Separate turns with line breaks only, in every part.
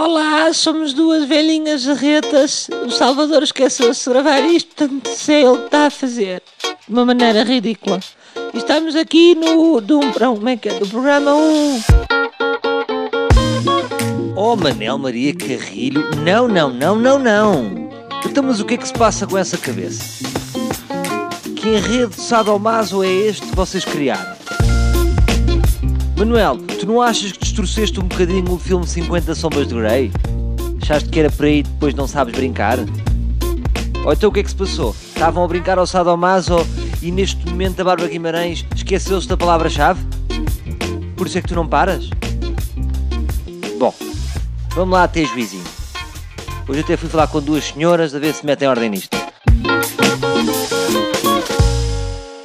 Olá, somos duas velhinhas retas. O Salvador esqueceu-se de gravar isto, portanto, isso é ele que está a fazer. De uma maneira ridícula. E estamos aqui no. Do, como é que é? Do programa 1.
Oh, Manel Maria Carrilho, não, não, não, não, não. Então, mas o que é que se passa com essa cabeça? Que enredo sadomaso é este que vocês criaram? Manuel, tu não achas que distorceste um bocadinho o filme 50 Sombras de Grey? Achaste que era para aí e depois não sabes brincar? Ou então o que é que se passou? Estavam a brincar ao sadomaso e neste momento a Bárbara Guimarães esqueceu-se da palavra-chave? Por isso é que tu não paras? Bom, Vamos lá ter juizinho. Hoje até fui falar com duas senhoras a ver se metem ordem nisto.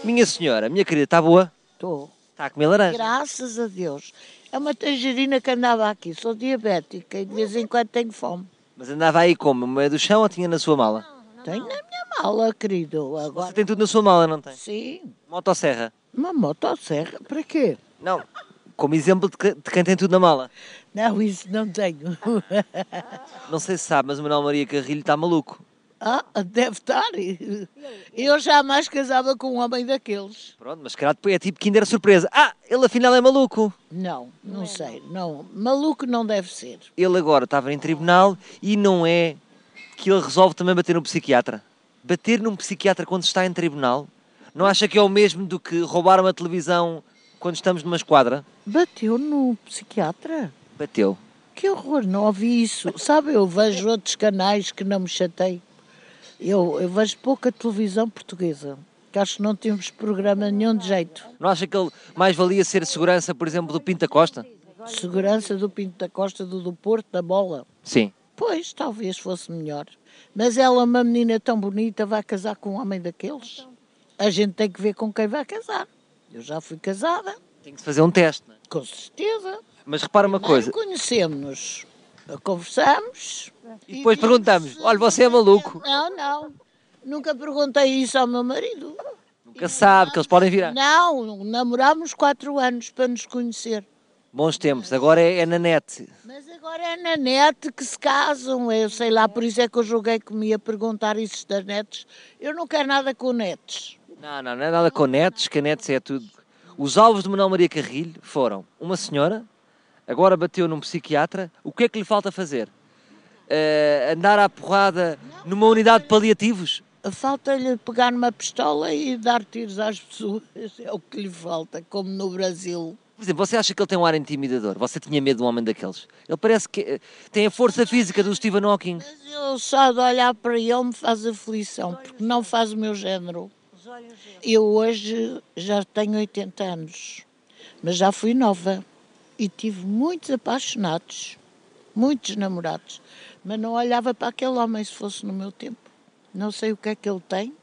Minha senhora, minha querida, está boa?
Estou.
Está a comer laranja?
Graças a Deus. É uma tangerina que andava aqui. Sou diabética e de vez em quando tenho fome.
Mas andava aí como? No meio do chão ou tinha na sua mala?
Tenho na minha mala, querido.
Você
Agora
tem tudo na sua mala, não tem?
sim.
Motosserra?
Uma motosserra, para quê?
Não. Como exemplo de, que- de quem tem tudo na mala.
Não, isso não tenho.
Não sei se sabe, mas o Manuel Maria Carrilho está maluco.
ah, deve estar. Eu jamais casava com um homem daqueles.
Pronto, mas se calhar depois é tipo Kinder Surpresa. Ah, ele afinal é maluco.
Não, não, sei. Não. Maluco não deve ser.
ele agora estava em tribunal e não é que ele resolve também bater no psiquiatra. Bater num psiquiatra quando está em tribunal, não acha que é o mesmo do que roubar uma televisão quando estamos numa esquadra?
Bateu no psiquiatra?
Bateu.
Que horror, não ouvi isso. Sabe, eu vejo outros canais que não me chatei. Eu, eu vejo pouca televisão portuguesa, que acho que não temos programa nenhum de jeito.
Não acha que ele mais valia ser segurança, por exemplo, do Pinta Costa?
Segurança do Pinto da Costa, do, do Porto, da Bola.
Sim.
Pois, talvez fosse melhor. Mas ela, é uma menina tão bonita, vai casar com um homem daqueles? A gente tem que ver com quem vai casar. Eu já fui casada,
Tem que se fazer um teste. não é?
com certeza.
Mas repara uma coisa,
Conhecemos-nos, conversamos.
e depois perguntamos, olha, você é maluco.
Não, não. Nunca perguntei isso ao meu marido.
Nunca sabe que eles podem virar.
Não, namorámos quatro anos para nos conhecer.
Bons tempos, agora é, é na net.
Mas agora é na net que se casam. Eu sei lá, por isso é que eu joguei que me ia perguntar isso das netes. Eu não quero nada com netes.
Não, não, não é nada com netos, que a netos é tudo. Os alvos de Manuel Maria Carrilho foram uma senhora, agora bateu num psiquiatra, o que é que lhe falta fazer? Eh, andar à porrada numa unidade de paliativos?
Falta-lhe pegar uma pistola e dar tiros às pessoas. É o que lhe falta, como no Brasil.
Por exemplo, você acha que ele tem um ar intimidador? Você tinha medo de um homem daqueles? Ele parece que eh, tem a força física do Stephen Hawking.
Mas eu só de olhar para ele me faz aflição, porque não faz o meu género. Eu hoje já tenho 80 anos, mas já fui nova e tive muitos apaixonados, muitos namorados, mas não olhava para aquele homem se fosse no meu tempo. Não sei o que é que ele tem.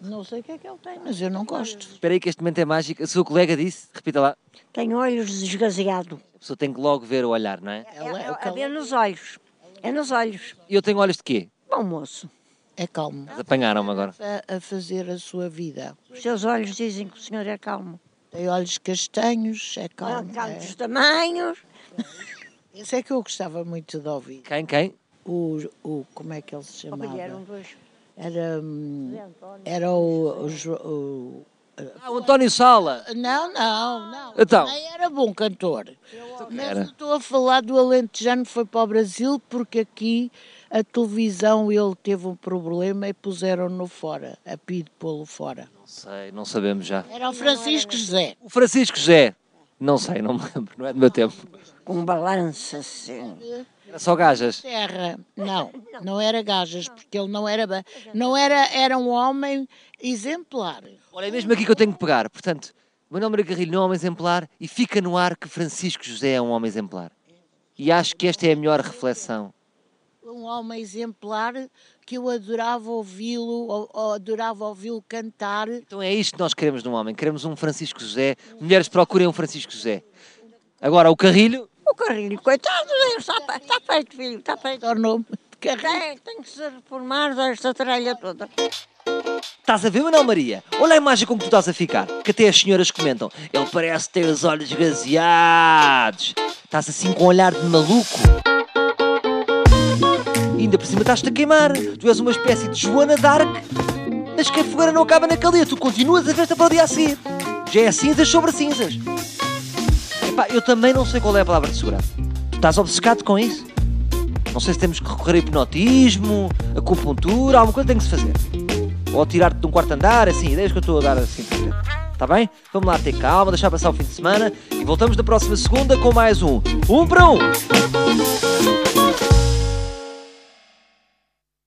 Não sei o que é que ele tem, mas eu não gosto.
Espera aí que este momento é mágico. A sua colega disse, repita lá,
Tenho olhos esgazeados.
a pessoa tem que logo ver o olhar, não é?
É,
Ela é o
é,
calor.
ver nos olhos. É nos olhos.
E eu tenho olhos de quê?
Bom moço,
É calmo.
Mas Apanharam-me agora.
A, a fazer a sua vida.
os seus olhos dizem que o senhor é calmo.
Tem olhos castanhos, é
Ah,
calmo.
calmo
é.
dos tamanhos.
Isso é que eu gostava muito de ouvir.
Quem, quem?
o, o como é que ele se
Oh, vieram
chamava?
dois.
Era, hum, era o, o, Jo- o-
Ah, o António Sala!
Não, não, não.
Então.
Também era bom cantor. Mas
Era.
eu estou a falar do Alentejano que foi para o Brasil porque aqui a televisão ele teve um problema e puseram-no fora, a PID pô-lo fora.
Não sei, não sabemos já.
Era o Francisco José.
O Francisco José. Não sei, não me lembro, não é do meu tempo.
Com um assim. balança, sim.
Era só gajas.
Terra, não, não era gajas, porque ele não era. ba- Não era, era um homem exemplar.
Olha, é mesmo aqui que eu tenho que pegar. Portanto, Manuel Maria Carrilho não é um homem exemplar e fica no ar que Francisco José é um homem exemplar. E acho que esta é a melhor reflexão.
um homem exemplar que eu adorava ouvi-lo, ou- ou adorava ouvi-lo cantar.
Então é isto que nós queremos num homem. Queremos um Francisco José. Mulheres procurem um Francisco José. Agora, o Carrilho,
O carrinho, coitado, está, está feito, filho, está feito.
Tornou-me de carreira.
Tem, tem que se reformar desta tralha toda.
estás a ver, Manuel Maria? Olha a imagem com que tu estás a ficar, que até as senhoras comentam. Ele parece ter os olhos gaseados. Está Estás assim com um olhar de maluco. E ainda por cima estás-te a queimar. Tu és uma espécie de Joana Dark. Mas que a fogueira não acaba na calha. Tu continuas a festa para o dia a seguir. Já é cinzas sobre cinzas. Epá, eu também não sei qual é a palavra de segurança. Tu estás obcecado com isso? Não sei se temos que recorrer a hipnotismo, acupuntura, alguma coisa tem que se fazer. Ou tirar-te de um quarto andar, assim, ideias que eu estou a dar assim por dentro. Está bem? Vamos lá ter calma, deixar passar o fim de semana e voltamos na próxima segunda com mais um. Um para um!